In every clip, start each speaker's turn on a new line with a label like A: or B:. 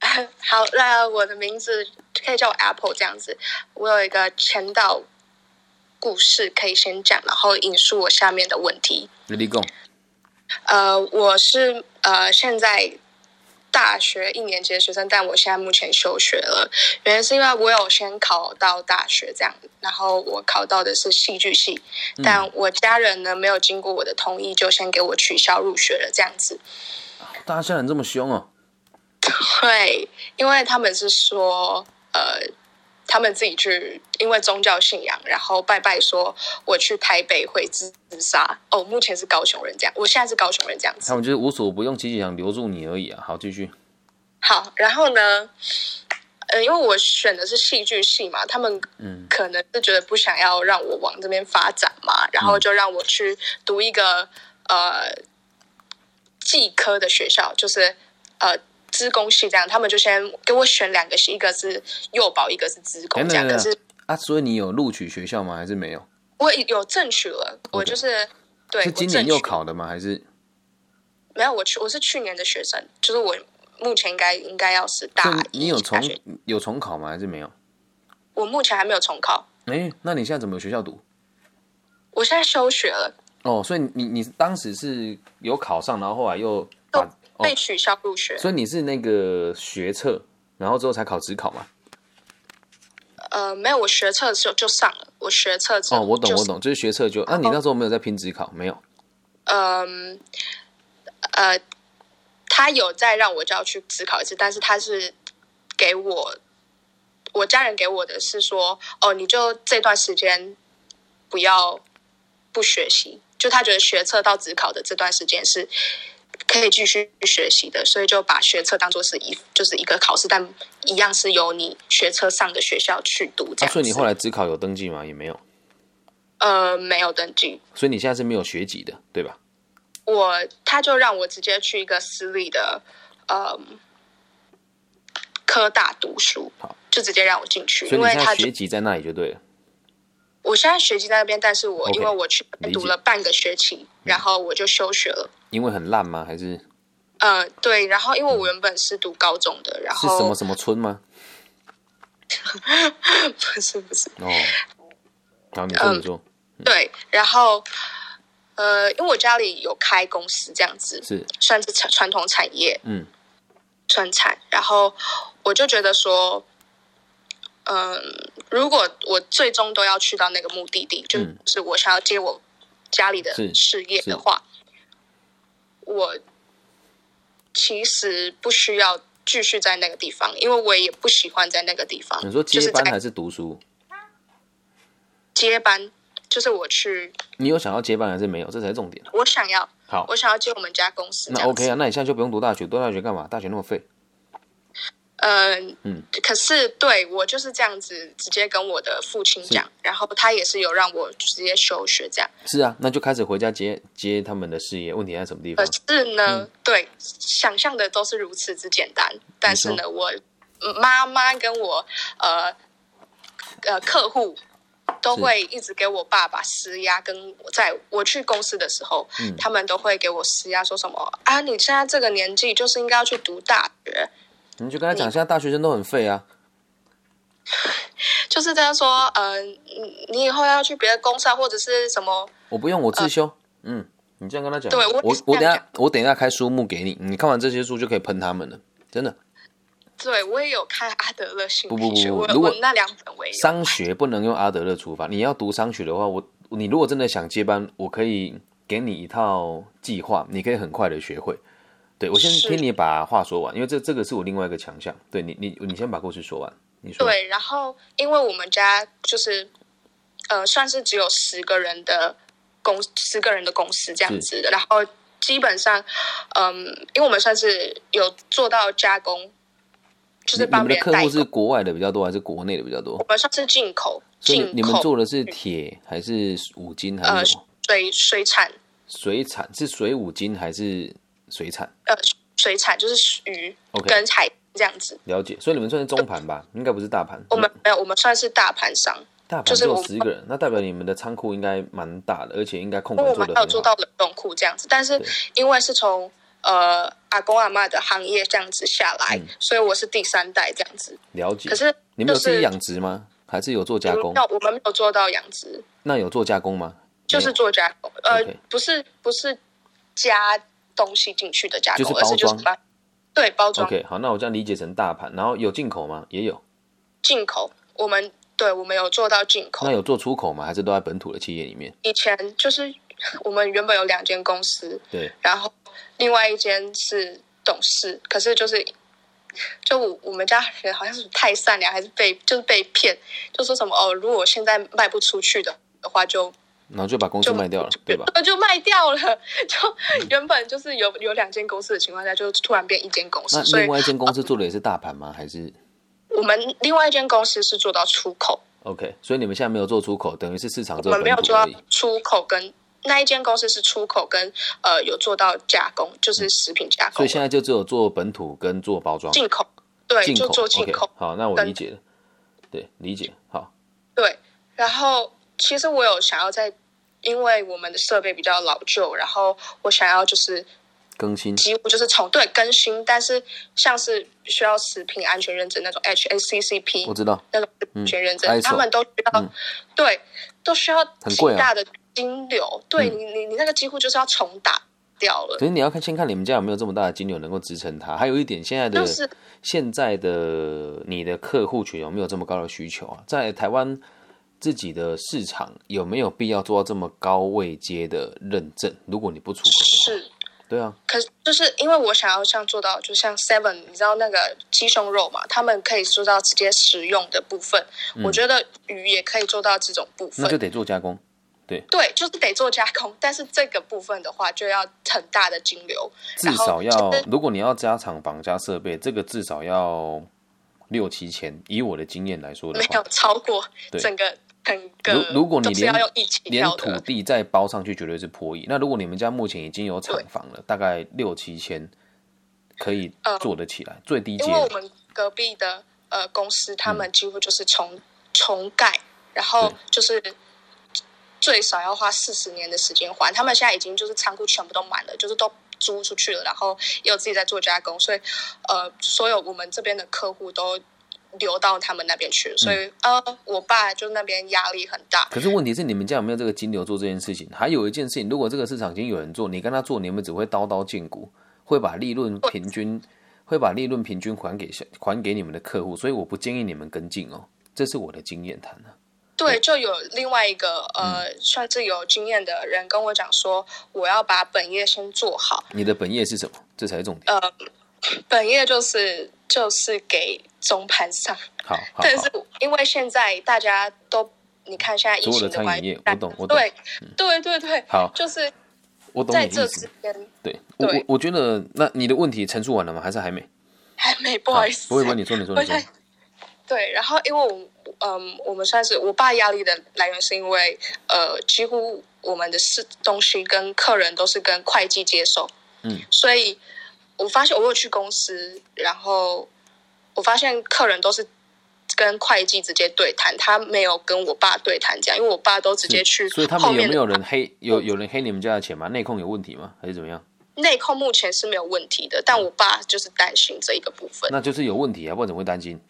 A: 好，那我的名字可以叫我 Apple 这样子。我有一个前导故事可以先讲，然后引述我下面的问题。
B: 你讲，
A: 呃，我是呃现在大学一年级的学生，但我现在目前休学了。原因是因为我有先考到大学这样，然后我考到的是戏剧系，但我家人呢没有经过我的同意，就先给我取消入学了这样子。
B: 大家人这么凶哦。
A: 对，因为他们是说，呃，他们自己去，因为宗教信仰，然后拜拜说我去台北会自自杀。哦，目前是高雄人这样，我现在是高雄人这样子
B: 他。们就是无所不用其极，想留住你而已啊。好，继续。
A: 好，然后呢，呃，因为我选的是戏剧系嘛，他们
B: 嗯
A: 可能是觉得不想要让我往这边发展嘛，然
B: 嗯
A: 后就让我去读一个呃技科的学校，就是呃资工系这样。他们就先给我选两个系，一个是幼保，一个是资工这样。
B: 等
A: 可
B: 等等等
A: 是
B: 啊，所以你有录取学校吗？还是没有？
A: 我有正取了，我就是对，
B: 是
A: 我
B: 今
A: 正
B: 年
A: 取
B: 又考的吗？还是
A: 没有，我去我是去年的学生，就是我目前应该应该要是大
B: 就你
A: 一
B: 有
A: 大
B: 重
A: 学，
B: 有重考吗？还是没有？
A: 我目前还没有重考，
B: 哎，那你现在怎么有学校读？
A: 我现在休学了，
B: 哦，所以你你当时是有考上，然后后来又把
A: 都
B: 哦
A: 被，取消入学。
B: 所以你是那个学测，然后之后才考职考嘛？
A: 呃，没有，我学测就就上了，我学测之
B: 哦，我懂
A: 就哦
B: 我懂，就是学测就。那、你那时候没有在拼职考？没有。啊
A: 嗯，呃，他有再让我就要去自考一次，但是他是给我，我家人给我的是说，哦，你就这段时间不要不学习，就他觉得学测到自考的这段时间是可以继续学习的，所以就把学测当做是一就是一个考试，但一样是由你学测上的学校去读这
B: 啊，
A: 样子。
B: 所以你后来职考有登记吗？也没有。
A: 呃没有登记，
B: 所以你现在是没有学籍的，对吧？
A: 我他就让我直接去一个私立的，呃，科大读书
B: 好，
A: 就直接让我进去，
B: 所
A: 因
B: 以你
A: 为
B: 现
A: 他
B: 在
A: 就
B: 学籍在那里就对了。
A: 我现在学籍在那边，但是我
B: OK，
A: 因为我去那边
B: 理解嗯
A: 读了半个学期，然后我就休学了。
B: 因为很烂吗？还是
A: 呃，对，然后因为我原本是读高中的，然
B: 嗯是什么
A: 后
B: 什么村吗？
A: 不是不是
B: 哦，好，你
A: 嗯
B: 说你说，
A: 对，然后呃，因为我家里有开公司这样子，
B: 是
A: 算是传传统产业，
B: 嗯，
A: 生产，然后我就觉得说，嗯，如果我最终都要去到那个目的地，就
B: 嗯
A: 是我想要接我家里的
B: 是
A: 事业
B: 是
A: 的话，我其实不需要继续在那个地方，因为我也不喜欢在那个地方。
B: 你说
A: 就
B: 接
A: 是
B: 班
A: 在
B: 还是读书？
A: 接班，就是我去，
B: 你有想要接班还是没有？这才是重点。
A: 我想要，
B: 好
A: 我，想要接我们家公司这
B: 那
A: 样
B: OK
A: 子。
B: 啊，那你现在就不用读大学，读大学干嘛？大学那么废。
A: 嗯，
B: 嗯
A: 可是对我就是这样子，直接跟我的父亲讲，然后他也是有让我直接休学这样。
B: 是啊，那就开始回家接接他们的事业。问题在什么地
A: 可
B: 方？
A: 是呢，
B: 嗯
A: 对，想象的都是如此之简单，但是呢，我妈妈跟我呃呃客户都
B: 是
A: 会一直给我爸爸施压，跟我在我去公司的时候，
B: 嗯
A: 他们都会给我施压，说什么啊，你现在这个年纪就是应该要去读大学，
B: 你就跟他讲，现在大学生都很废啊。
A: 就是这样说，嗯、你你以后要去别的公司啊，或者是什么，
B: 我不用，我自修。嗯，你这样跟他
A: 呃
B: 讲，
A: 对我
B: 我
A: 是这样
B: 我等一下我等一下开书目给你，你看完这些书就可以喷他们了。真的，
A: 对我也有看阿德勒心
B: 不不
A: 理学，
B: 不
A: 我
B: 如果
A: 我那两本我也有，
B: 商学不能用阿德勒除法，你要读商学的话，我你如果真的想接班，我可以给你一套计划，你可以很快的学会。对我先
A: 是
B: 听你把话说完，因为这这个是我另外一个强项。对你你你先把故事说完，你说
A: 对，然后因为我们家就是呃，算是只有十个人的公十个人的公司这样子的，然后基本上，嗯，因为我们算是有做到加工，就是
B: 你你
A: 帮
B: 们的
A: 别人
B: 客
A: 代
B: 户
A: 工
B: 是，国外的比较多还是国内的比较多
A: 我？们算是进口，
B: 所以
A: 进口
B: 你们做的是铁还是五金还
A: 呃
B: 是什么？
A: 水水产，
B: 水产是水五金还是水产？
A: 呃，水产就是鱼
B: OK
A: 跟海这样子。
B: 了解，所以你们算是中盘吧，应该不是大盘。
A: 我们没有，我们算是大盘商，就
B: 大盘
A: 是
B: 只有
A: 我
B: 十个人，那代表你们的仓库应该蛮大的，而且应该控
A: 因
B: 管
A: 为我
B: 做
A: 们
B: 得
A: 还有
B: 很
A: 做
B: 好。
A: 到冷冻库这样子，但是
B: 对
A: 因为是从呃阿公阿妈的行业这样子下来，
B: 嗯
A: 所以我是第三代这样子。
B: 了解
A: 可。是
B: 你们有
A: 就是
B: 自己养殖吗？还是有做加工
A: 那？我们没有做到养殖，
B: 那有做加工吗？
A: 就是
B: 没
A: 做加工，呃
B: OK
A: 不是不是加东西进去的加工，
B: 就是
A: 而是就
B: 包
A: 是
B: 装
A: 把对包
B: 有
A: 装
B: OK，好，那我这样理解成大盘，然后有进口吗？也有。
A: 进口。我们对我们有做到进口
B: 那，有做出口吗？还是都在本土的企业里面？
A: 以前就是 我们原本有两间公司，
B: 对，
A: 然后另外一间是董事，可是就是就我我们家人好像是太善良，还是被就是被骗，就说什么哦，如果我现在卖不出去的的话就，
B: 然后就把公司
A: 就
B: 卖掉了，对吧？
A: 就就卖掉了。 就原本就是有有两间公司的情况下，就突然变一间公
B: 那
A: 司，所以
B: 另外一间公司做的也是大盘吗？还是
A: 我们另外一间公司是做到出口，
B: OK？所以你们现在没有做出口，等于是市场只
A: 我
B: 有
A: 们没有
B: 本土
A: 做到
B: 而已。
A: 出口跟。那一间公司是出口跟呃有做到加工，就是食品加
B: 所
A: 工
B: 以，现在就只有做本土跟做包装，
A: 进口，对，
B: 进
A: 就
B: 口。
A: 做进
B: OK，
A: 口。
B: 好，那我
A: 跟
B: 理解了，对，理解。好，
A: 对，然后其实我有想要在，因为我们的设备比较老旧，然后我想要就是
B: 更新
A: 几乎就是从对更新，但是像是需要食品安全认证那种
B: 我
A: HACCP
B: 知道，
A: 那种安全认证，
B: ISO
A: 他们都需要、
B: 嗯
A: 对都需要
B: 很贵
A: 极
B: 啊
A: 大的金流，对
B: 嗯
A: 你你你那个几乎就是要重打掉了，
B: 所以你要看先看你们家有没有这么大的金流能够支撑它。还有一点，现在的、
A: 就是
B: 现在的你的客户群有没有这么高的需求啊？在台湾自己的市场有没有必要做到这么高位阶的认证？如果你不出口的
A: 是。
B: 话，对啊，
A: 可是就是因为我想要像做到，就像 Seven，你知道那个鸡胸肉嘛，他们可以做到直接食用的部分。我觉得鱼也可以做到这种部
B: 嗯那就
A: 分。
B: 得做加工。
A: 对，就是得做加工，但是这个部分的话，就要很大的金流。
B: 至少
A: 然
B: 要
A: 后其实，
B: 如果你要加厂房加设备，这个至少要六七千。以我的经验来说的
A: 没有
B: 话，
A: 超过
B: 对
A: 整个整
B: 如
A: 个。
B: 如果你
A: 都是要
B: 连
A: 用一起
B: 连
A: 跳
B: 土
A: 的，
B: 地再包上去绝对是破亿。那如果你们家目前已经有厂房了，大概六七千可以做得起来，最低阶
A: 呃因为我们隔壁的呃公司，他们几乎就是重重盖，然后
B: 对
A: 就是最少要花四十年的时间还。他们现在已经就是仓库全部都满了，就是都租出去了，然后也有自己在做加工，所以呃，所有我们这边的客户都流到他们那边去，所以、呃，我爸就那边压力很大。
B: 可是问题是，你们家有没有这个金流做这件事情？还有一件事情，如果这个市场已经有人做，你跟他做，你们只会刀刀见骨，会把利润平均，会把利润平均还给还给你们的客户，所以我不建议你们跟进哦，这是我的经验谈啊。
A: 对，就有另外一个呃，算是有经验的人跟我讲说，我要把本业先做好，
B: 你的本业是什么？这才是重
A: 呃
B: 点。
A: 本业就是就是给中盘商，
B: 好好
A: 但
B: 好
A: 是，因为现在大家都，你看现在疫
B: 所有
A: 情
B: 的餐
A: 关
B: 饮业
A: 系，，啊
B: 我懂我懂，
A: 对对对对，
B: 好，
A: 就是
B: 我懂
A: 在
B: 你的
A: 这
B: 意思
A: 之。间
B: 对，我我
A: 对
B: 我觉得，那你的问题陈述完了吗？还是还没？
A: 还没不
B: 不
A: 好意思，
B: 啊不会不会，你说你说
A: 我
B: 你说
A: 在，对，然后因为我嗯，我们算是我爸压力的来源是因为呃，几乎我们的事东西跟客人都是跟会计接手，
B: 嗯，
A: 所以我发现我有去公司，然后我发现客人都是。跟会计直接对谈，他没有跟我爸对谈这样，因为我爸都直接去
B: 所以他
A: 后
B: 们
A: 面
B: 有
A: 的
B: 没有人黑有有人黑你们家的钱吗？内控有问题吗？还是怎么样？
A: 内控目前是没有问题的，但我爸就是担心这一个部分，
B: 那就是有问题啊，不然怎么会担心？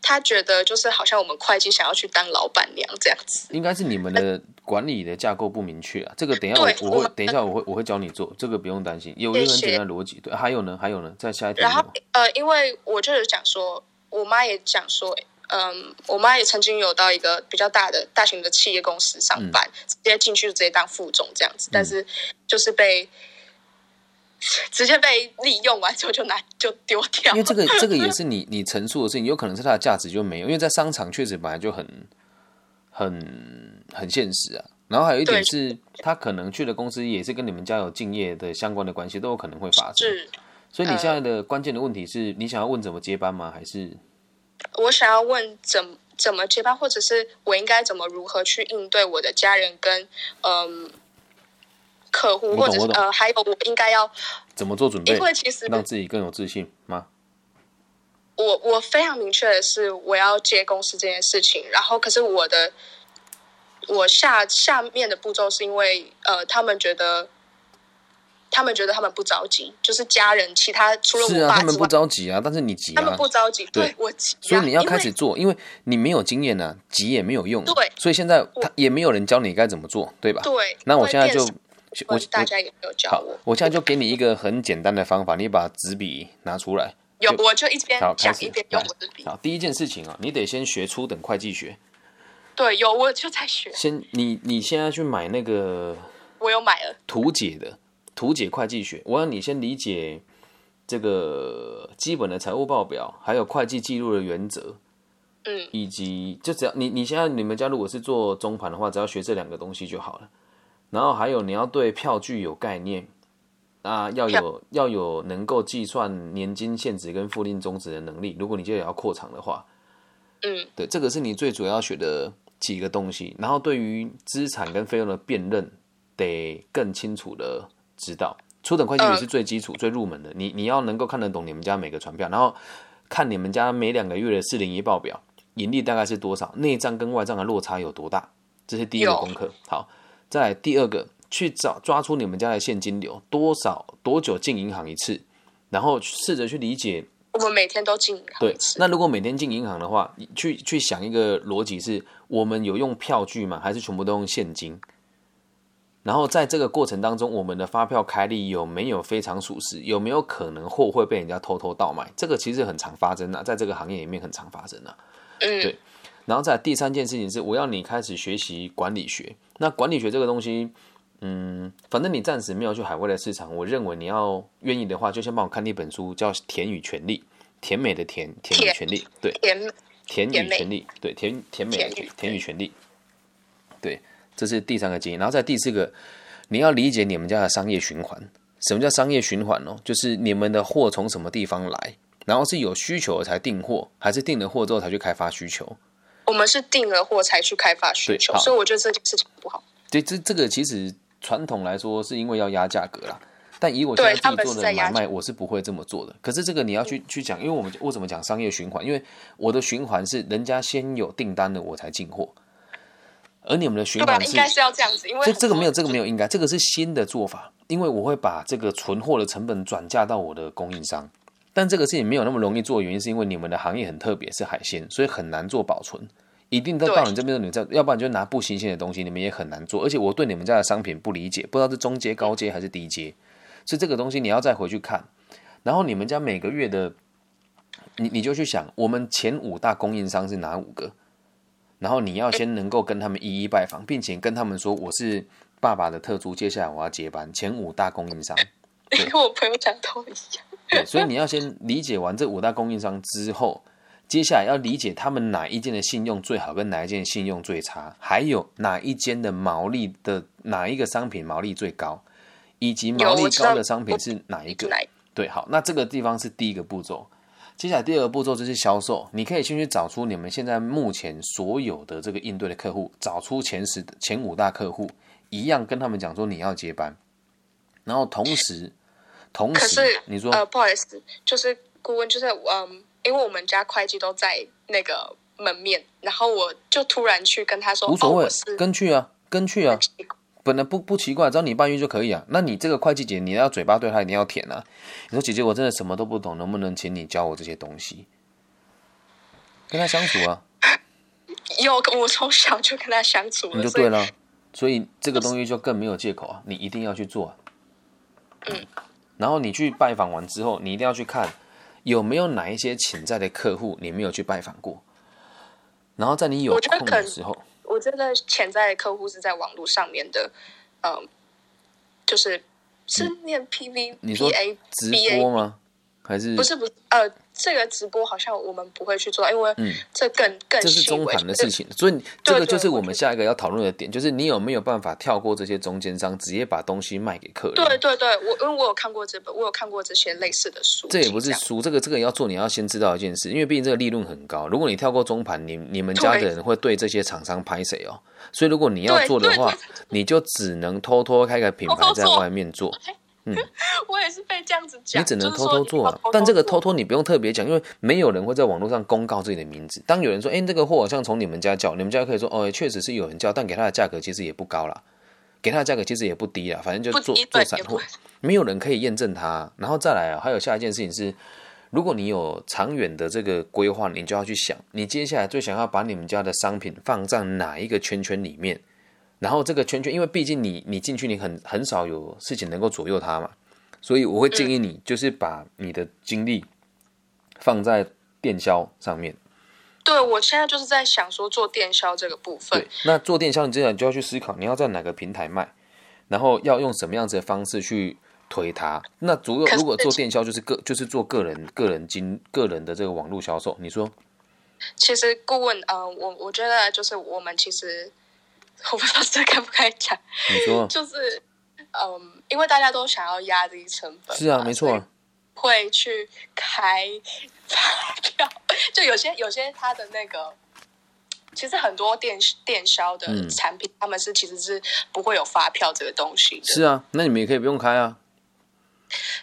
A: 他觉得就是好像我们会计想要去当老板娘这样子。
B: 应该是你们的管理的架构不明确啊，这个等一下
A: 对
B: 我我
A: 我
B: 会
A: 们
B: 等一下我会我会教你做，这个不用担心，有一个很
A: 谢谢
B: 简单的逻辑。对，还有呢，还有呢，在下一题有
A: 然
B: 没
A: 后
B: 有，
A: 呃，因为我就是讲说，我妈也讲说，嗯，我妈也曾经有到一个比较大的大型的企业公司上
B: 嗯
A: 班，直接进去直接当副总这样子，但是就是被、直接被利用完之后就拿就丢掉
B: 因为。这个这个也是你你陈述的事情，有可能是它的价值就没有，因为在商场确实本来就很很很现实啊。然后还有一点
A: 对
B: 是，他可能去的公司也是跟你们家有敬业的相关的关系，都有可能会发生。
A: 是
B: 所以
A: 呃
B: 你现在的关键的问题是你想要问怎么接班吗？还是
A: 我想要问怎么怎么接班，或者是我应该怎么如何去应对我的家人跟嗯。客户，
B: 我懂
A: 或者是
B: 我懂
A: 呃，还有我应该要，
B: 怎么做准备
A: 因，为其实
B: 让自己更有自信吗？
A: 我我非常明确的是，我要接公司这件事情。然后，可是我的我下下面的步骤是因为呃，他们觉得他们觉得他们不着急，就是家人其他除了
B: 是
A: 我
B: 啊，
A: 爸
B: 他们
A: 之
B: 不
A: 外，
B: 着急啊，但是你急
A: 他
B: 啊
A: 们，不着急，
B: 对
A: 对我急啊、
B: 所以你要
A: 因
B: 开
A: 为
B: 始做，因为你没有经验啊，急也没有用啊。
A: 对
B: 所以现在
A: 我
B: 他也没有人教你该怎么做，对吧？
A: 对。
B: 那我
A: 因为
B: 现在
A: 电
B: 就
A: 商
B: 我
A: 问大
B: 我
A: 家有没有教
B: 好
A: 我？，
B: 我现在就给你一个很简单的方法，你把纸笔拿出来。
A: 有，
B: 就
A: 我就一边
B: 好开
A: 讲
B: 始
A: 一边用
B: 来
A: 我的笔。
B: 好，第一件事情啊，你得先学初等会计学。
A: 对，有，我就在学，
B: 先，你你现在去买那个
A: 我有买了。
B: 图解的图解会计学，我让你先理解这个基本的财务报表，还有会计记录的原则，
A: 嗯，
B: 以及就只要你你现在你们家如果是做中盘的话，只要学这两个东西就好了。然后还有你要对票据有概念，啊，要有要有能够计算年金现值跟复利终值的能力。如果你这也要扩长的话，
A: 嗯，
B: 对，这个是你最主要学的几个东西。然后对于资产跟费用的辨认，得更清楚的知道。初等会计也
A: 嗯
B: 是最基础、最入门的，你你要能够看得懂你们家每个传票，然后看你们家每两个月的四零一报表，盈利大概是多少，内账跟外账的落差有多大，这是第一个
A: 有
B: 功课。好，再来第二个，去找抓出你们家的现金流，多少多久进银行一次，然后试着去理解
A: 我们每天都进银行
B: 对
A: 一，次。
B: 那如果每天进银行的话，你去去想一个逻辑是：我们有用票据吗？还是全部都用现金？然后在这个过程当中，我们的发票开立有没有非常属实？有没有可能货会被人家偷偷盗买？这个其实很常发生啊，在这个行业里面很常发生啊。对
A: 嗯，
B: 然后再来第三件事情是，我要你开始学习管理学。那管理学这个东西，嗯，反正你暂时没有去海外的市场，我认为你要愿意的话，就先帮我看一本书，叫《田与权利》，甜美的甜，甜与
A: 甜
B: 权利，对，
A: 甜
B: 田与
A: 甜美
B: 权利，对，田田美的
A: 田
B: 田
A: 与
B: 田与权利，对，这是第三个建议。然后在第四个，你要理解你们家的商业循环。什么叫商业循环哦？就是你们的货从什么地方来，然后是有需求才订货，还是订了货之后才去开发需求？
A: 我们是订了货才去开发需
B: 对
A: 求
B: 好，
A: 所以我觉得这件事情不好。
B: 对，这这个其实传统来说是因为要压价格啦，但以我现
A: 对
B: 在
A: 他
B: 自己
A: 们
B: 做
A: 是
B: 的
A: 在压嗯
B: 买卖，我是不会这么做的。可是这个你要去去讲，因为我们我怎么讲商业循环？因为我的循环是人家先有订单了我才进货，而你们的循
A: 对吧？啊
B: 环
A: 应
B: 是
A: 该是要这样子，因为
B: 这
A: 很
B: 这个没有
A: 多
B: 这个没有应该，这个是新的做法，因为我会把这个存货的成本转嫁到我的供应商。但这个事情没有那么容易做，原因是因为你们的行业很特别，是海鲜，所以很难做保存。一定到
A: 对
B: 到你这边的你再，要不然就拿不新鲜的东西，你们也很难做。而且我对你们家的商品不理解，不知道是中阶、高阶还是低阶，所以这个东西你要再回去看。然后你们家每个月的，你你就去想，我们前五大供应商是哪五个？然后你要先能够跟他们一一拜访，并且跟他们说我是爸爸的特助，接下来我要接班前五大供应商。
A: 因为我朋友讲都一样。
B: 对，所以你要先理解完这五大供应商之后，接下来要理解他们哪一件的信用最好，跟哪一件信用最差，还有哪一间的毛利的哪一个商品毛利最高，以及毛利
A: 我知道
B: 高的商品是哪一个。
A: 来，
B: 对，好，那这个地方是第一个步骤。接下来第二个步骤就是销售，你可以先去找出你们现在目前所有的这个应对的客户，找出前十、前五大客户，一样跟他们讲说你要接班，然后同时，同
A: 可
B: 时
A: 是
B: 你说、
A: 呃，不好意思，就是顾问，就是嗯，因为我们家会计都在那个门面，然后我就突然去跟他说，
B: 无所
A: 哦，
B: 谓
A: 我是，
B: 跟去啊，跟去啊，
A: 会计
B: 本来不不奇怪，只要你半月就可以啊。那你这个会计姐，你要嘴巴对她一定要甜啊。你说姐姐，我真的什么都不懂，能不能请你教我这些东西？跟她相处啊，
A: 有，我从小就跟他相处了，
B: 你就
A: 所以
B: 对了。所以这个东西就更没有借口啊，你一定要去做、啊。
A: 嗯
B: 然后你去拜访完之后，你一定要去看有没有哪一些潜在的客户你没有去拜访过。然后在你有
A: 我觉得
B: 空
A: 可
B: 的
A: 能
B: 时候，
A: 我觉得潜在的客户是在网络上面的，嗯，就是是念 PV，
B: 你说
A: P A
B: 直
A: B
B: 播
A: A
B: 吗？还是
A: 不是不是，呃，这个直播好像我们不会去做，因为
B: 嗯
A: 这更更
B: 这是
A: 细
B: 中
A: 微
B: 盘的
A: 就是
B: 事情，所以你这个
A: 对对
B: 就是我
A: 我觉
B: 们
A: 得
B: 下一个要讨论的点，就是你有没有办法跳过这些中间商，直接把东西卖给客人？
A: 对对对，我因为我有看过这本，我有看过这些类似的书籍
B: 这
A: 样，
B: 也不是输，这个这个要做，你要先知道一件事，因为毕竟这个利润很高。如果你跳过中盘，你你们家的
A: 对
B: 人会对这些厂商拍谁哦。所以如果你要
A: 对
B: 做的
A: 对
B: 话
A: 对，
B: 你就只能偷偷开个品
A: 偷
B: 牌
A: 偷
B: 在
A: 做
B: 外面做，
A: 我也是被这样子讲，
B: 你只能
A: 就是
B: 偷
A: 说
B: 偷
A: 你
B: 做
A: 要
B: 啊。但这个偷
A: 做
B: 偷你不用特别讲，因为没有人会在网络上公告自己的名字。当有人说：“哎，这个货好像从你们家叫，你们家可以说：“哦，确实是有人叫，但给他的价格其实也不高啦。”给它的价格其实也不低啊，反正就
A: 不
B: 做
A: 低
B: 做
A: 对
B: 散
A: 也不
B: 货，没有人可以验证它。然后再来啊，还有下一件事情是，如果你有长远的这个规划，你就要去想，你接下来最想要把你们家的商品放在哪一个圈圈里面。然后这个圈圈，因为毕竟你你进去，你很很少有事情能够左右它嘛，所以我会建议你，就是把你的精力放在电销上面。
A: 对我现在就是在想说做电销这个部分
B: 对，，那做电销，你自然就要去思考你要在哪个平台卖，然后要用什么样子的方式去推它。那如果
A: 可是
B: 如果做电销，就是个就是做个人个人经个人的这个网络销售，你说
A: 其实顾问，呃，我我觉得就是我们其实我不知道这该不该讲，
B: 你说
A: 就是嗯，因为大家都想要压低成本嘛，
B: 是啊，没错
A: 所以
B: 啊，
A: 会去开发票，就有些有些他的那个，其实很多电电销的
B: 嗯
A: 产品，他们是其实是不会有发票这个东西的。
B: 是啊，那你们也可以不用开啊。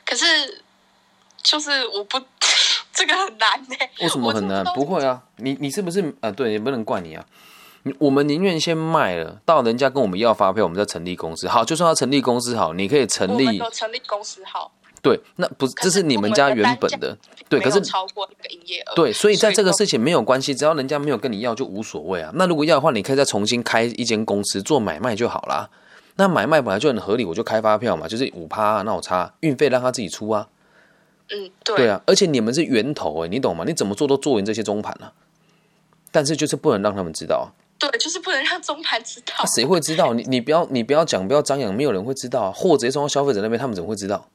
A: 可是就是我不，这个很难呢、
B: 为什么很难
A: 我真的？
B: 不会啊，你你是不是啊？对，也不能怪你啊。你我们宁愿先卖了，到人家跟我们要发票，我们再成立公司。好，就算要成立公司好，你可以成
A: 我们
B: 立
A: 有成立公司号，
B: 对，那不是
A: 可
B: 这
A: 是
B: 是你
A: 我
B: 们
A: 们
B: 家
A: 的
B: 原
A: 单
B: 本
A: 价
B: 的对，可
A: 没有
B: 是
A: 超过那个营业额。
B: 对，所以在这个
A: 所以
B: 事情没有关系，只要人家没有跟你要就无所谓啊。那如果要的话，你可以再重新开一间公司做买卖就好啦。那买卖本来就很合理，我就开发票嘛，就是五趴、啊，那我差运费让他自己出啊。
A: 嗯，对
B: 对啊，而且你们是源头哎、你懂吗？你怎么做都做赢这些中盘啊。但是就是不能让他们知道啊，
A: 对就是不能让中盘知道
B: 啊。谁会知道？你你不要你不要讲，不要张扬，没有人会知道啊。货直接送到消费者那边，他们怎么会知道？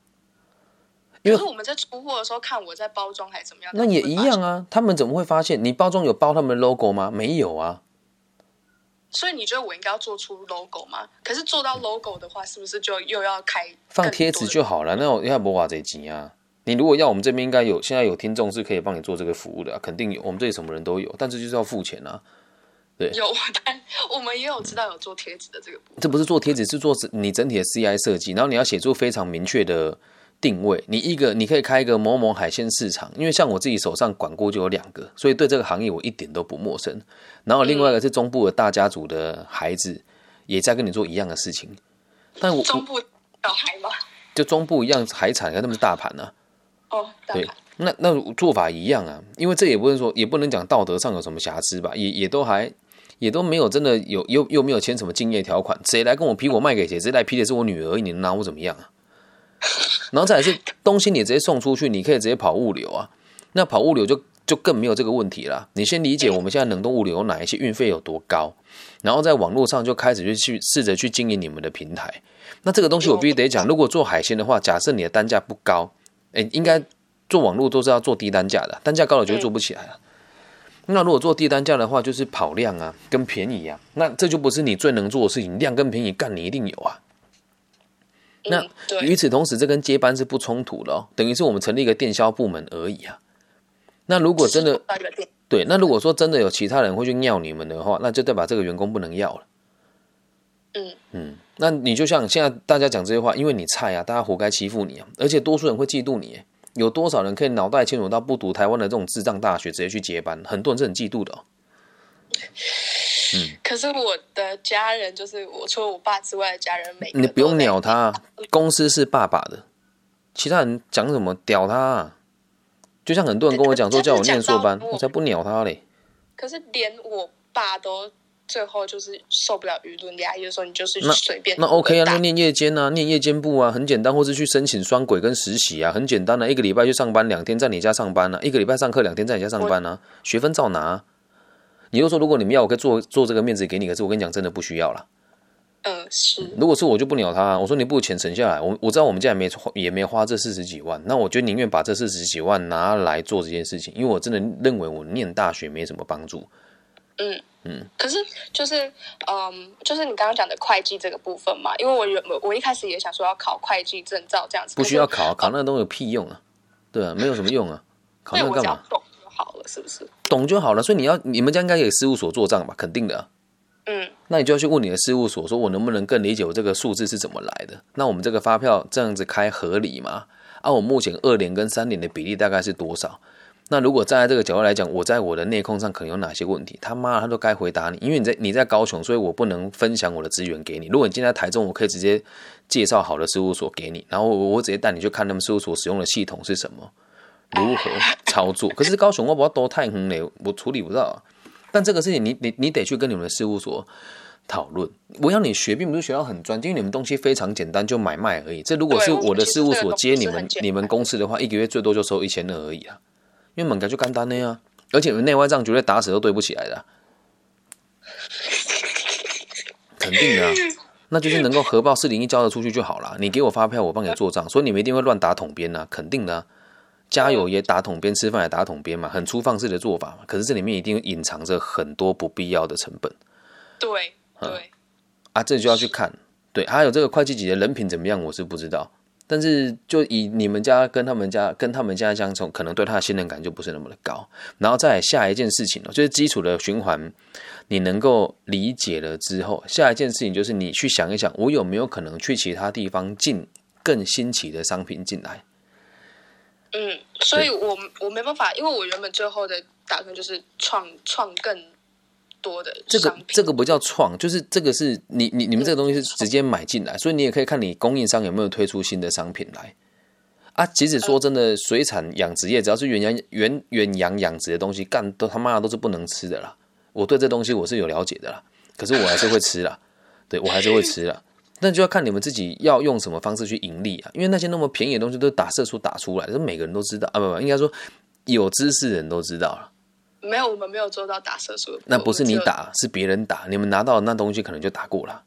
B: 因为
A: 可是我们在出货的时候看我在包装还是怎么样，
B: 那也
A: 他
B: 一
A: 们会发
B: 样啊，他们怎么会发现？你包装有包他们的 logo 吗？没有啊。
A: 所以你觉得我应该要做出 logo 吗？可是做到 logo 的话，是不是就又要开
B: 嗯放贴纸就
A: 好？
B: 好了，那我要不花这钱啊？你如果要我们这边应该有，现在有听众是可以帮你做这个服务的啊、肯定有，我们这里什么人都有，但是就是要付钱啊。
A: 有， 但我们也有知道有做贴纸的这个部分。
B: 这不是做贴纸，是做你整体的 CI 设计，然后你要写出非常明确的定位。你一个你可以开一个某某海鲜市场，因为像我自己手上管过就有两个，所以对这个行业我一点都不陌生。然后另外一个是中部的大家族的孩子，也在跟你做一样的事情，但我
A: 中部小孩吗？
B: 就中部一样海产，跟他们是大盘啊。
A: 哦，大
B: 对
A: 盘，
B: 那那做法一样啊，因为这也不是说，也不能讲道德上有什么瑕疵吧，也也都还，也都没有真的有又又没有签什么敬业条款，谁来跟我批我卖给谁，谁来批的是我女儿，你能拿我怎么样啊？ 然后再来是东西你直接送出去，你可以直接跑物流啊，那跑物流就就更没有这个问题啦。你先理解我们现在冷冻物流有哪一些运费有多高，然后在网络上就开始就去试着去经营你们的平台。那这个东西我必须得讲，如果做海鲜的话，假设你的单价不高，诶，应该做网络都是要做低单价的，单价高了就会做不起来了。那如果做低单价的话，就是跑量啊，跟便宜啊，那这就不是你最能做的事情。量跟便宜干，你一定有啊。那
A: 嗯、对
B: 与此同时，这跟接班是不冲突的、哦，等于是我们成立一个电销部门而已啊。那如果真的
A: 到一个店
B: 对，那如果说真的有其他人会去尿你们的话，那就代表这个员工不能要了。
A: 嗯
B: 嗯，那你就像现在大家讲这些话，因为你菜啊，大家活该欺负你啊，而且多数人会嫉妒你耶。有多少人可以脑袋清楚到不读台湾的这种智障大学，直接去接班？很多人是很嫉妒的、哦。
A: 可是我的家人就是我除了我爸之外的家人，每个
B: 你不用
A: 都在
B: 鸟他啊，公司是爸爸的，其他人讲什么屌他、啊。就像很多人跟我哎讲说叫我念硕班，我才不鸟他嘞。
A: 可是连我爸都最后就是受不了舆论压抑的时候，你就是
B: 那
A: 随便
B: 那 OK 啊，
A: 打
B: 那念夜间啊，念夜间部啊，很简单，或是去申请双轨跟实习啊，很简单啊，一个礼拜去上班，两天在你家上班啊，一个礼拜上课，两天在你家上班啊，学分照拿、啊。你又说，如果你们要，我可以做做这个面子给你，可是我跟你讲，真的不需要啦。
A: 嗯是
B: 如果是我就不鸟他、啊，我说你不如钱省下来，我我知道我们家也没花也没花这四十几万，那我就宁愿把这四十几万拿来做这件事情，因为我真的认为我念大学没什么帮助。
A: 嗯。可是就是嗯，就是你刚刚讲的会计这个部分嘛，因为我原我我一开始也想说要考会计证照这样子，
B: 不
A: 可是
B: 需要考啊，考那个东西有屁用啊？对啊，没有什么用啊，考
A: 对
B: 那 个
A: 我
B: 干
A: 只要
B: 嘛？
A: 懂就好了，是不是？
B: 懂就好了。所以你要你们家应该给事务所做账吧？肯定的啊、
A: 嗯，
B: 那你就要去问你的事务所，说我能不能更理解我这个数字是怎么来的？那我们这个发票这样子开合理吗？啊，我目前二年跟三年的比例大概是多少？那如果站在这个角度来讲，我在我的内控上可能有哪些问题？他妈的他都该回答你，因为你在你在高雄，所以我不能分享我的资源给你。如果你今天在台中，我可以直接介绍好的事务所给你，然后我我直接带你去看他们事务所使用的系统是什么，如何 操作。可是高雄我不要多太红嘞，我处理不到啊、但这个事情你你你得去跟你们的事务所讨论。我要你学，并不是学到很专，因为你们东西非常简单，就买卖而已。这如果是
A: 对我
B: 我的
A: 其实
B: 事务
A: 这个
B: 所
A: 东
B: 接你
A: 西很
B: 们
A: 简
B: 你们
A: 单
B: 公司的话，一个月最多就收一千二而已啊。因为门槛就干单的呀、而且内外账绝对打死都对不起来的啊、 肯定的、啊。那就是能够核报四零一交得出去就好了。你给我发票，我帮你做账，所以你们一定会乱打统编呐、肯定的、啊。加油也打统编，吃饭也打统编嘛，很粗放式的做法嘛。可是这里面一定隐藏着很多不必要的成本
A: 对对，
B: 啊，这就要去看。对，啊还有这个会计级的人品怎么样，我是不知道。但是就以你们家跟他们家跟他们家相处，可能对他的信任感就不是那么的高。然后再来下一件事情哦，就是基础的循环，你能够理解了之后，下一件事情就是你去想一想，我有没有可能去其他地方进更新奇的商品进来？
A: 嗯，所以我我没办法，因为我原本最后的打算就是创创更多的
B: 这个
A: 商品
B: 这个不叫创，就是这个是你你你们这个东西是直接买进来，所以你也可以看你供应商有没有推出新的商品来。啊，其实说真
A: 呃
B: 的，水产养殖业只要是远洋远远洋养殖的东西，干都他妈的都是不能吃的啦。我对这东西我是有了解的啦，可是我还是会 吃啦，对我还是会吃啦。那就要看你们自己要用什么方式去盈利啊，因为那些那么便宜的东西都是打色素打出来的，这每个人都知道啊，不不，应该说有知识的人都知道了。
A: 没有，我们没有做到打色素的部分。
B: 那不是你
A: 我们只有，
B: 打，是别人打。你们拿到的那东西可能就打过了。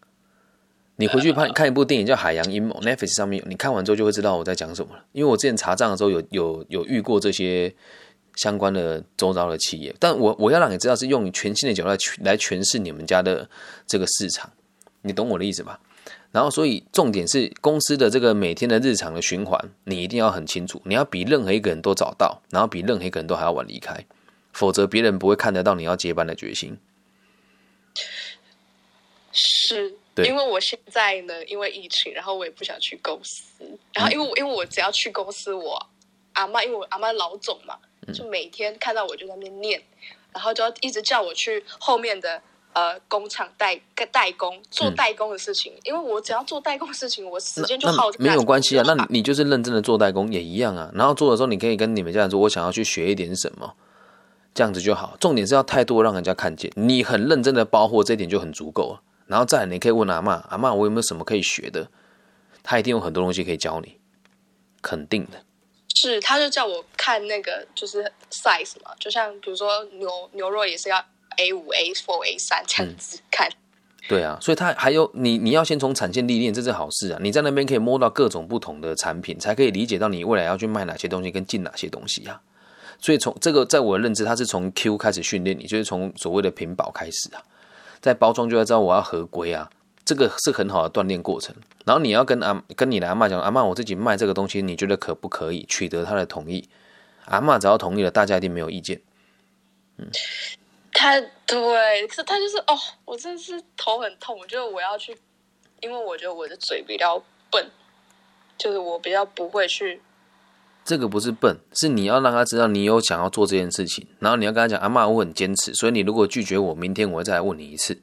B: 你回去看看一部电影叫《海洋阴谋》，Netflix 上面有，你看完之后就会知道我在讲什么了。因为我之前查账的时候有有有遇过这些相关的周遭的企业，但我我要让你知道是用全新的角度来诠来诠释你们家的这个市场，你懂我的意思吧？然后，所以重点是公司的这个每天的日常的循环，你一定要很清楚，你要比任何一个人都早到，然后比任何一个人都还要晚离开。否则别人不会看得到你要接班的决心。
A: 是
B: 对
A: 因为我现在呢，因为疫情，然后我也不想去公司，然后因为
B: 嗯
A: 我、因为我只要去公司，我阿妈因为我阿妈老总嘛，
B: 嗯
A: 就每天看到我就在那边念，然后就要一直叫我去后面的。呃，工厂代代工做
B: 嗯
A: 代工的事情，因为我只要做代工的事情，我时
B: 那
A: 间就耗在
B: 那没有关系啊，
A: 那
B: 那
A: 里
B: 你就是认真的做代工也一样啊。然后做的时候，你可以跟你们家人说，我想要去学一点什么，这样子就好。重点是要态度让人家看见，你很认真的包货，这一点就很足够了。然后再来，你可以问阿嬷，阿嬷我有没有什么可以学的？他一定有很多东西可以教你，肯定的。
A: 是，他就叫我看那个就是 size 嘛，就像比如说牛牛肉也是要 A 五、A four、A 三这
B: 嗯
A: 样子看。
B: 对啊，所以它还有你，你要先从产线历练，这是好事啊。你在那边可以摸到各种不同的产品，才可以理解到你未来要去卖哪些东西跟进哪些东西啊。所以从这个，在我的认知，它是从 Q 开始训练你，就是从所谓的品保开始啊，在包装就要知道我要合规啊，这个是很好的锻炼过程。然后你要跟阿跟你的阿嬷讲，阿嬷我自己卖这个东西，你觉得可不可以？取得她的同意，阿嬷只要同意了，大家一定没有意见。
A: 他对，是他就是哦，我真的是头很痛。我觉得我要去，因为我觉得我的嘴比较笨，就是我比较不会去。
B: 这个不是笨，是你要让他知道你有想要做这件事情，然后你要跟他讲，阿嬷，我很坚持，所以你如果拒绝我，明天我会再来问你一次。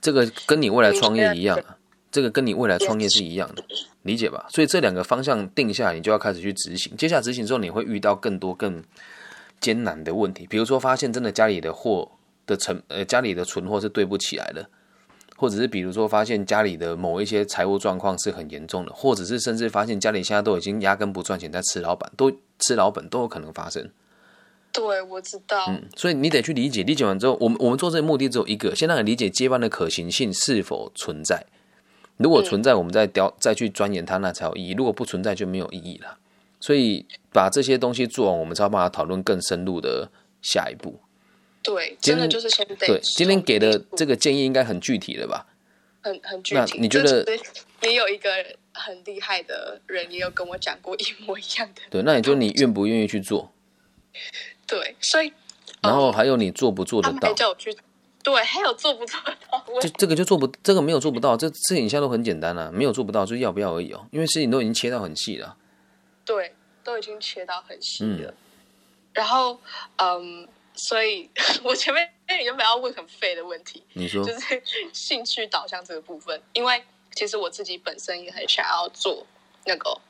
B: 这个跟你未来创业一样啊，这个跟你未来创业是一样的，理解吧？所以这两个方向定下来，你就要开始去执行。接下来执行之后，你会遇到更多更艰难的问题，比如说发现真的家里的货的成呃家里的存货是对不起来的，或者是比如说发现家里的某一些财务状况是很严重的，或者是甚至发现家里现在都已经压根不赚钱，在吃老板，都吃老本都有可能发生。
A: 对，我知道，
B: 嗯，所以你得去理解，理解完之后，我们我们做这个目的只有一个，先让你理解接班的可行性是否存在。如果存在，我们再雕再去钻研它，那才有意义；如果不存在，就没有意义了。所以把这些东西做完，我们才有办法讨论更深入的下一步。
A: 对，
B: 今
A: 真的就是先得
B: 对，今天给的
A: 从
B: 这个建议应该很具体了吧？
A: 很很具
B: 那
A: 体。
B: 你觉得
A: 就是也有一个很厉害的人，也有跟我讲过一模一样的。
B: 对，那也就你愿不愿意去做，
A: 对，所以
B: 然后还有你做不做
A: 哦他
B: 得
A: 们
B: 到
A: 还。叫我去，对，还有做不做到我
B: 这这个就做不，这个没有做不到，这事情现在都很简单了、没有做不到，就是要不要而已哦。因为事情都已经切到很细了，嗯
A: 对，都已经切到很细了。然后嗯，所以我前面原本要问很废的问题，
B: 你说
A: 就，是兴趣导向这个部分，因为其实我自己本身也很想要做那个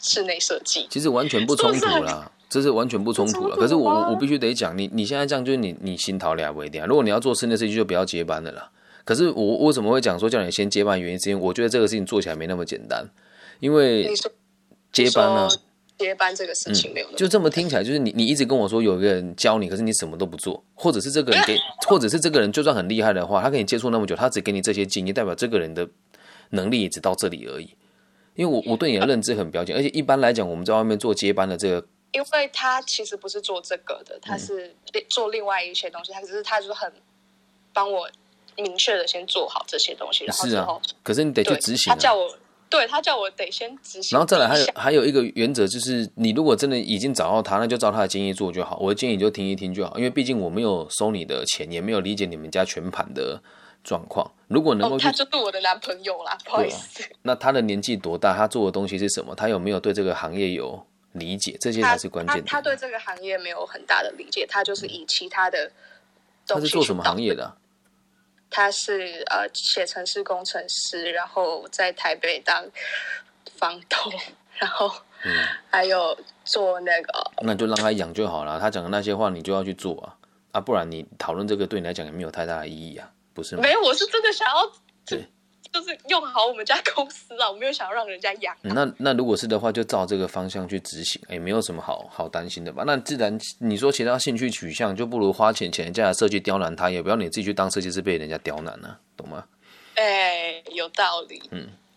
A: 室内设计，
B: 其实完全不冲突啦，这是完全不冲突
A: 不冲
B: 了。
A: 突
B: 可是我
A: 啊
B: 我我必须得讲，你你现在这样就是你你心桃俩不一定啊。如果你要做室内设计，就不要接班了啦。可是我我为什么会讲说叫你先接班？原因是因为我觉得这个事情做起来没那么简单，因为
A: 你说
B: 接班啊嗯
A: 你，说接班这个事情没有那么、
B: 就这么听起来，就是你你一直跟我说有一个人教你，可是你什么都不做，或者是这个人给，或者是这个人就算很厉害的话，他跟你接触那么久，他只给你这些经验，代表这个人的能力也只到这里而已。因为我我对你的认知很表浅，而且一般来讲，我们在外面做接班的这个，
A: 因为他其实不是做这个的，
B: 嗯
A: 他是另做另外一些东西，他只是他就是很帮我明确的先做好这些东西，然后
B: 是
A: 之
B: 啊
A: 后、
B: 可是你得去
A: 对
B: 执行、
A: 他
B: 啊。
A: 叫我，对他叫我得先执行，
B: 然后再来还有
A: 想
B: 还有一个原则就是，你如果真的已经找到他，那就照他的建议做就好。我的建议你就听一听就好，因为毕竟我没有收你的钱，也没有理解你们家全盘的状况。如果 能
A: 哦
B: 够，去啊
A: 他就是我的男朋友啦，不好意思，
B: 那他的年纪多大？他做的东西是什么？他有没有对这个行业有理解？这些
A: 他
B: 才是关键
A: 他他
B: 的。
A: 对这个行业没有很大的理解，他就是以其他的
B: 嗯他
A: 东西
B: 是做什么行
A: 业？
B: 业的啊、
A: 他是呃写程式工程师，然后在台北当房东，然后
B: 嗯
A: 还有做那个
B: 那你就让他养就好了。他讲的那些话，你就要去做啊啊！不然你讨论这个对你来讲也没有太大的意义啊，不是吗
A: 没？有，我是真的想要就
B: 对
A: 就是用好我们家公司啊，我没有想要让人家养。
B: 嗯那那如果是的话，就照这个方向去执行，也没有什么好好担心的吧？那自然你说其他兴趣取向，就不如花钱请人家来设计刁难他，也不要你自己去当设计师被人家刁难啊，懂吗？
A: 哎，有道理。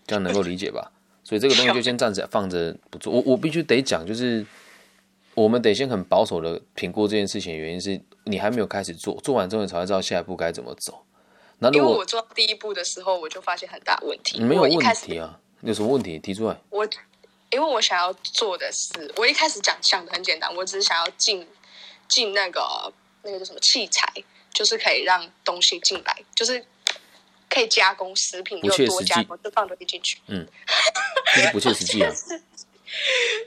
B: 这样能够理解吧？所以这个东西就先暂时放着不做。我我必须得讲，就是我们得先很保守的评估这件事情，原因是你还没有开始做，做完之后你才会知道下一步该怎么走。那
A: 因
B: 如
A: 为
B: 果
A: 我做第一步的时候，我就发现很大问题。
B: 你没有
A: 我一
B: 问
A: 开
B: 题
A: 始
B: 啊，有什么问题提出来？
A: 我，因为我想要做的是，我一开始讲想的很简单，我只是想要进进那个那个叫什么器材，就是可以让东西进来，就是可以加工食品，
B: 不
A: 又
B: 切
A: 多
B: 实
A: 加
B: 际
A: 工，就放东西进去。
B: 这是不切实 际啊！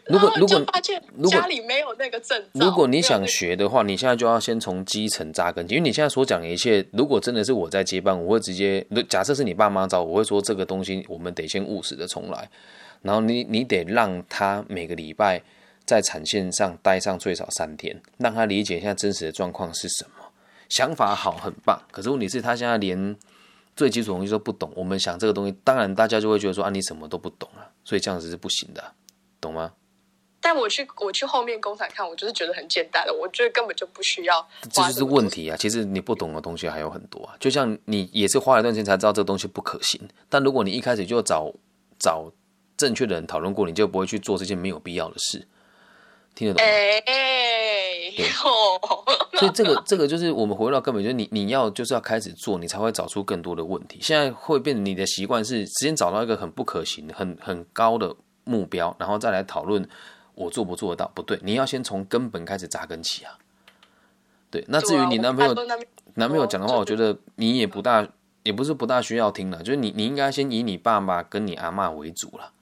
B: 如
A: 然
B: 果
A: 后
B: 如果
A: 就发现
B: 如果
A: 家里没有那个证照，
B: 如果
A: 没
B: 你
A: 有
B: 想
A: 那个
B: 学的话，你现在就要先从基层扎根，因为你现在所讲的一切，如果真的是我在接班，我会直接，如假设是你爸妈找我，我会说这个东西我们得先务实的重来，然后你你得让他每个礼拜在产线上待上最少三天，让他理解一下真实的状况是什么。想法好，很棒，可是问题是，他现在连最基础的东西都不懂。我们想这个东西，当然大家就会觉得说啊，你什么都不懂啊，所以这样子是不行的啊、懂吗？
A: 但我去我去后面工厂看，我就是觉得很简单的，我觉得根本就不需要
B: 这
A: 花
B: 就是
A: 么多
B: 问题啊！其实你不懂的东西还有很多啊，就像你也是花了一段时间才知道这个东西不可行，但如果你一开始就找找正确的人讨论过，你就不会去做这些没有必要的事，听得懂吗？
A: 哎哎
B: 对
A: 哦，
B: 所以这个这个就是我们回到根本，就是你你要就是要开始做，你才会找出更多的问题。现在会变成你的习惯是先找到一个很不可行、很很高的目标，然后再来讨论我做不做得到。不对，你要先从根本开始扎根起啊。对，那至
A: 啊
B: 于你男朋友，男朋友讲的
A: 哦
B: 话，我觉得你也不大，也不是不大需要听了，就是你你应该先以你爸妈跟你阿嬷为主了。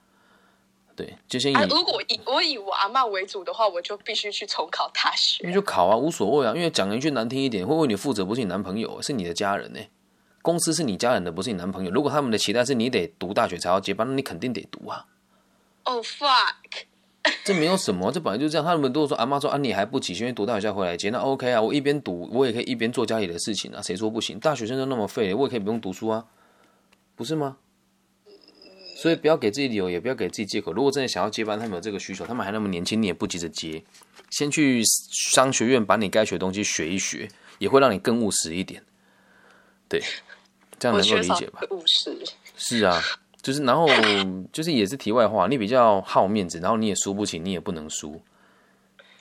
B: 对，就先以、
A: 啊，如果以我以我阿嬷为主的话，我就必须去重考大
B: 因为
A: 学。
B: 就考啊，无所谓啊。因为讲一句难听一点，会为你负责不是你男朋友，是你的家人呢、公司是你家人的，不是你男朋友。如果他们的期待是你得读大学才要接班，那你肯定得读啊。
A: 哦、fuck，
B: 这没有什么，这本来就这样。他们如果说阿妈说啊，你还不急，因为读大学再回来接，那 OK 啊。我一边读，我也可以一边做家里的事情啊。谁说不行？大学生都那么废，我也可以不用读书啊，不是吗？所以不要给自己理由，也不要给自己借口。如果真的想要接班，他们有这个需求，他们还那么年轻，你也不急着接，先去商学院把你该学的东西学一学，也会让你更务实一点。对，这样
A: 我
B: 能够
A: 缺
B: 理
A: 少
B: 解吧？
A: 务实。
B: 是啊，就是然后就是也是题外话，你比较好面子，然后你也输不起，你也不能输，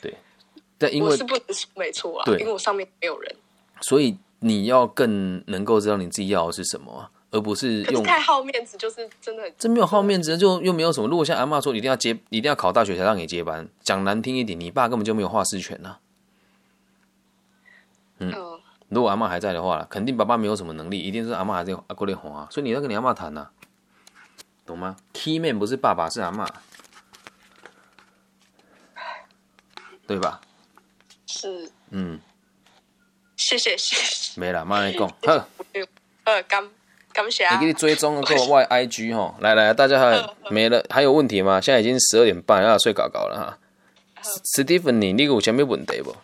B: 对。但因
A: 我
B: 为
A: 是不能说没错啦，
B: 对
A: 因为我上面没有人，
B: 所以你要更能够知道你自己要的是什么啊，而不是
A: 可是
B: 用
A: 太好面子，就是真的很
B: 这没有好面子，就又没有什么。如果像阿嬷说，一定要接，一定要考大学才让你接班，讲难听一点，你爸根本就没有话事权呐、
A: 嗯、
B: 如果阿嬷还在的话啦，肯定爸爸没有什么能力，一定是阿嬷还在阿过来哄啊，所以你要跟你阿嬷谈呐，懂吗？Key man 不是爸爸，是阿嬷，对吧？
A: 是
B: 嗯，
A: 谢谢谢谢，
B: 没啦，慢来讲。好，
A: 呃，感感谢
B: 你
A: 啊
B: 哎给，你追踪个外 IG 哈，来来，大家还没了，还有问题吗？现在已经十二点半，要睡搞搞了哈。Stephanie，你有啥物问题不？